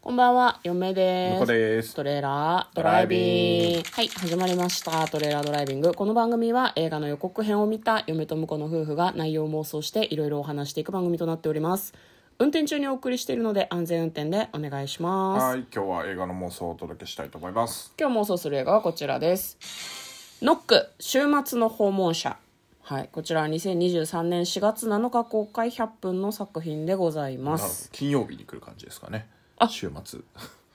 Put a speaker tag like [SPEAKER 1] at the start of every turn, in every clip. [SPEAKER 1] こんばんは、嫁です。
[SPEAKER 2] 向こうです
[SPEAKER 1] トレーラード
[SPEAKER 2] ド
[SPEAKER 1] ラ
[SPEAKER 2] ラ
[SPEAKER 1] イ
[SPEAKER 2] イ
[SPEAKER 1] ビ
[SPEAKER 2] ビ
[SPEAKER 1] ング。はい、始まりました。トレーラードライビング。この番組は映画の予告編を見た嫁と婿の夫婦が内容を妄想していろいろお話していく番組となっております。運転中にお送りしているので安全運転でお願いします。
[SPEAKER 2] はい、今日は映画の妄想をお届けしたいと思います。
[SPEAKER 1] 今日妄想する映画はこちらです。ノック、週末の訪問者。はい、こちらは2023年4月7日公開100分の作品でございま
[SPEAKER 2] なるほど
[SPEAKER 1] す。
[SPEAKER 2] 金曜日に来る感じですかね。週末。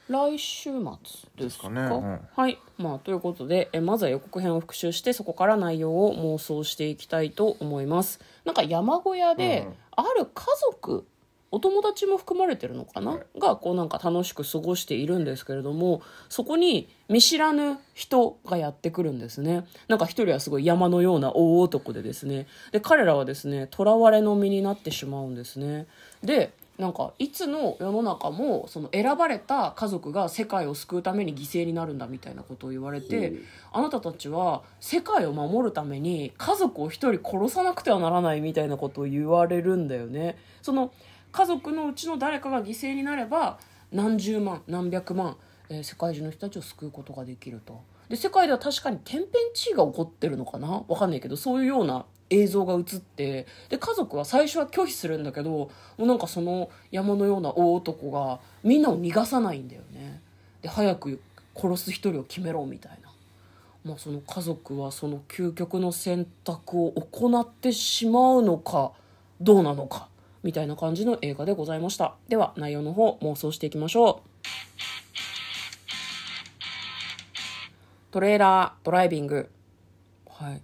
[SPEAKER 1] 来週末ですか
[SPEAKER 2] ですかねうん
[SPEAKER 1] はい、まあ、ということでえまずは予告編を復習してそこから内容を妄想していきたいと思いますなんか山小屋で、
[SPEAKER 2] うんうん
[SPEAKER 1] ある家族お友達も含まれてるのかな、
[SPEAKER 2] はい
[SPEAKER 1] がこうなんか楽しく過ごしているんですけれどもそこに見知らぬ人がやってくるんですねなんか一人はすごい山のような大男でですねで彼らはですね囚われの身になってしまうんですねでなんかいつの世の中もその選ばれた家族が世界を救うために犠牲になるんだみたいなことを言われてあなたたちは世界を守るために家族を一人殺さなくてはならないみたいなことを言われるんだよねその家族のうちの誰かが犠牲になれば何十万何百万、えー世界中の人たちを救うことができるとで世界では確かに天変地異が起こってるのかなわかんないけどそういうような映像が映ってで家族は最初は拒否するんだけどもうなんかその山のような大男がみんなを逃がさないんだよねで早く殺す一人を決めろみたいなまあ、その家族はその究極の選択を行ってしまうのかどうなのかみたいな感じの映画でございましたでは内容の方妄想していきましょうトレーラードライビングはい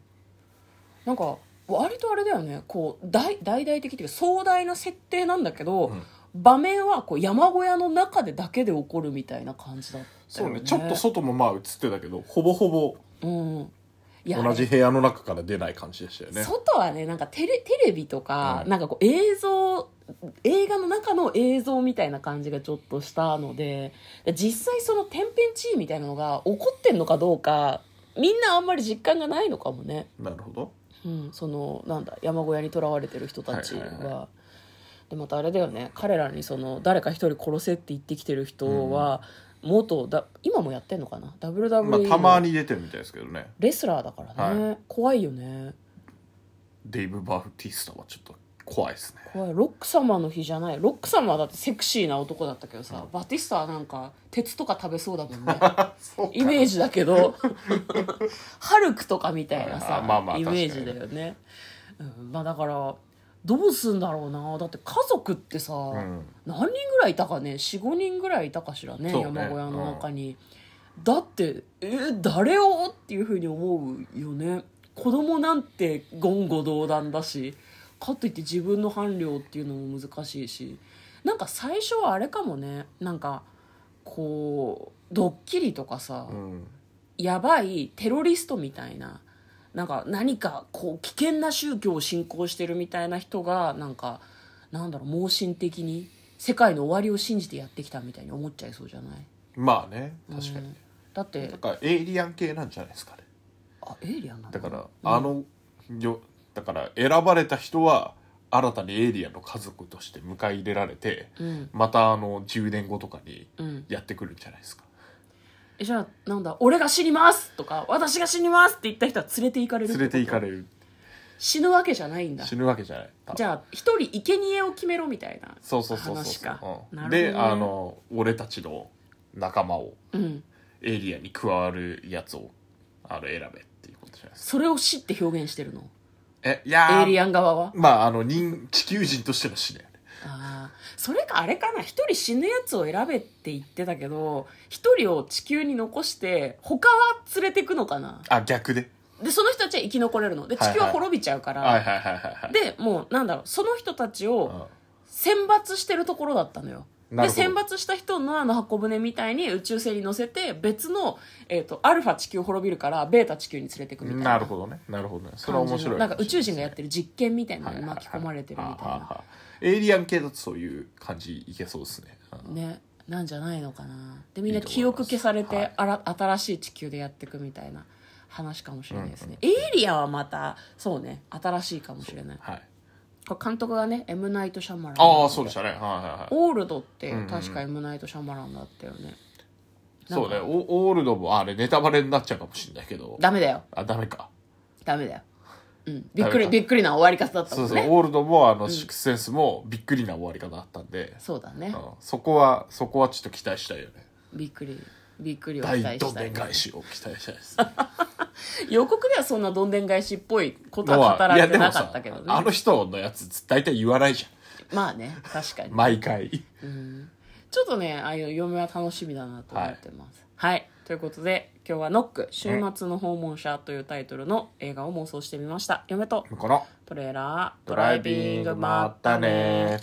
[SPEAKER 1] なんか割とあれだよねこう大大々的というか壮大な設定なんだけど、場面はこう山小屋の中でだけで起こるみたいな感じだった
[SPEAKER 2] そ
[SPEAKER 1] よ
[SPEAKER 2] う
[SPEAKER 1] ね
[SPEAKER 2] ね、ちょっと外もまあ映ってたけど、ほぼほぼ
[SPEAKER 1] うんいや
[SPEAKER 2] 同じ部屋の中から出ない感じでしたよね。
[SPEAKER 1] 外はねなんかテレテレビとか、
[SPEAKER 2] うん
[SPEAKER 1] なんかこう映像映画の中の映像みたいな感じがちょっとしたのでで実際その天変地異みたいなのが起こってんのかどうかみんなあんまり実感がないのかもね、
[SPEAKER 2] なるほど。
[SPEAKER 1] うん、そのなんだ山小屋にとらわれてる人たちは,、
[SPEAKER 2] はいはいは
[SPEAKER 1] でまたあれだよね彼らにその誰か一人殺せって言ってきてる人は、元だ今もやってんのかな WWE
[SPEAKER 2] まあ
[SPEAKER 1] の
[SPEAKER 2] たまに出てるみたいですけどね。
[SPEAKER 1] レスラーだからね、怖いよね
[SPEAKER 2] デイブ・バーティスタはちょっと怖いですね。
[SPEAKER 1] 怖いロック様の日じゃないロック様はだってセクシーな男だったけどさ、バティスタはなんか鉄とか食べそう だもんね
[SPEAKER 2] そう
[SPEAKER 1] イメージだけどハルクとかみたいな
[SPEAKER 2] あ
[SPEAKER 1] さ、
[SPEAKER 2] ーまあまあ
[SPEAKER 1] イメージだよね、うん、まあだからどうすんだろうなだって家族ってさ、
[SPEAKER 2] ん
[SPEAKER 1] 何人ぐらいいたかね45人ぐらいいたかしらね
[SPEAKER 2] そうね
[SPEAKER 1] 山小屋の中に、だってえー誰をっていうふうに思うよね子供なんて言語道断だしかといって自分の伴侶っていうのも難しいしなんか最初はあれかもねなんかこうドッキリとかさ、
[SPEAKER 2] うん。
[SPEAKER 1] やばいテロリストみたいななんか何かこう危険な宗教を信仰してるみたいな人がなんかなんだろう盲信的に世界の終わりを信じてやってきたみたいに思っちゃいそうじゃない
[SPEAKER 2] まあね、確かに。
[SPEAKER 1] だって
[SPEAKER 2] だからエイリアン系なんじゃないですかね。
[SPEAKER 1] あエイリアンなの
[SPEAKER 2] だから、あのよだから選ばれた人は新たにエイリアンの家族として迎え入れられて、
[SPEAKER 1] うん
[SPEAKER 2] またあの10年後とかに
[SPEAKER 1] うん
[SPEAKER 2] やってくるんじゃないですか、
[SPEAKER 1] えじゃあなんだ俺が死にますとか私が死にますって言った人は連れて行かれるって
[SPEAKER 2] 連
[SPEAKER 1] こと
[SPEAKER 2] れて行かれる
[SPEAKER 1] 死ぬわけじゃないんだ
[SPEAKER 2] 死ぬわけじゃない多分
[SPEAKER 1] じゃあ一人生贄を決めろみたいな
[SPEAKER 2] そうそうそう
[SPEAKER 1] 話
[SPEAKER 2] そ
[SPEAKER 1] か
[SPEAKER 2] う、う
[SPEAKER 1] なるほど
[SPEAKER 2] ん、
[SPEAKER 1] ね
[SPEAKER 2] であの俺たちの仲間を
[SPEAKER 1] うん
[SPEAKER 2] エイリアンに加わるやつをあの選べっていうことじゃないですか
[SPEAKER 1] それを死って表現してるの
[SPEAKER 2] えいや
[SPEAKER 1] エ
[SPEAKER 2] ー
[SPEAKER 1] イリアン側は
[SPEAKER 2] まああの人地球人としての死だよね
[SPEAKER 1] ああそれかあれかな一人死ぬやつを選べって言ってたけど一人を地球に残して他は連れてくのかな
[SPEAKER 2] あ逆で
[SPEAKER 1] でその人たちは生き残れるので
[SPEAKER 2] はいはい
[SPEAKER 1] 地球は滅びちゃうから、
[SPEAKER 2] はいはいはいはいはい
[SPEAKER 1] でもうなんだろうその人たちを
[SPEAKER 2] うん
[SPEAKER 1] 選抜してるところだったのよ
[SPEAKER 2] な
[SPEAKER 1] で
[SPEAKER 2] るほど
[SPEAKER 1] 選抜した人をノアの箱舟みたいに宇宙船に乗せて別の、えー、とアルファ地球滅びるからベータ地球に連れてくみたいな
[SPEAKER 2] なるほどねなるほどねそれは面白い
[SPEAKER 1] なんか宇宙人がやって
[SPEAKER 2] る
[SPEAKER 1] る実験みたいなのに巻き込まれてるみたいな
[SPEAKER 2] エイリアン系だとそういう感じいけそうですねうん
[SPEAKER 1] ねなんじゃないのかなでみんない
[SPEAKER 2] いと思います
[SPEAKER 1] 記憶消されて
[SPEAKER 2] はい
[SPEAKER 1] あら新しい地球でやっていくみたいな話かもしれないですね、エイリアンはまたそうね新しいかもしれない
[SPEAKER 2] はい
[SPEAKER 1] これ監督がね、エム・ナイト・シャマラン。
[SPEAKER 2] ああそうでしたねはいはいはい
[SPEAKER 1] オールドって
[SPEAKER 2] うんうん
[SPEAKER 1] 確かエム・ナイト・シャマランだったよね。
[SPEAKER 2] そうね
[SPEAKER 1] なんか
[SPEAKER 2] オオールドもあれネタバレになっちゃうかもしれないけど
[SPEAKER 1] ダメだよ。
[SPEAKER 2] あダメか
[SPEAKER 1] ダメだよ。うん。びっく
[SPEAKER 2] ダメ
[SPEAKER 1] り、
[SPEAKER 2] か
[SPEAKER 1] びっくりな終わり方だった
[SPEAKER 2] そ
[SPEAKER 1] も
[SPEAKER 2] うんそう、
[SPEAKER 1] ね。
[SPEAKER 2] オールドもあの、シックスセンスもびっくりな終わり方だったんで、
[SPEAKER 1] そうだ
[SPEAKER 2] う
[SPEAKER 1] ね
[SPEAKER 2] ん。そこはそこはちょっと期待したいよね
[SPEAKER 1] びっくり、びっくりを期
[SPEAKER 2] 大
[SPEAKER 1] 待
[SPEAKER 2] どん
[SPEAKER 1] した
[SPEAKER 2] で
[SPEAKER 1] い
[SPEAKER 2] ん。返しを期待したいです
[SPEAKER 1] 予告ではそんなどんでん返しっぽいことは語られてなかったけど
[SPEAKER 2] いやでもさあ
[SPEAKER 1] ね。
[SPEAKER 2] の人のやつ大体言わないじ
[SPEAKER 1] まあね、確か
[SPEAKER 2] ゃ
[SPEAKER 1] に
[SPEAKER 2] ん。毎回
[SPEAKER 1] ちょっとね、ああいう嫁は楽しみだなと思ってます。はい。ということで、今日はノック、週末の訪問者というタイトルの映画を妄想してみました。嫁と
[SPEAKER 2] この
[SPEAKER 1] トレーラー、
[SPEAKER 2] ドライビングまったね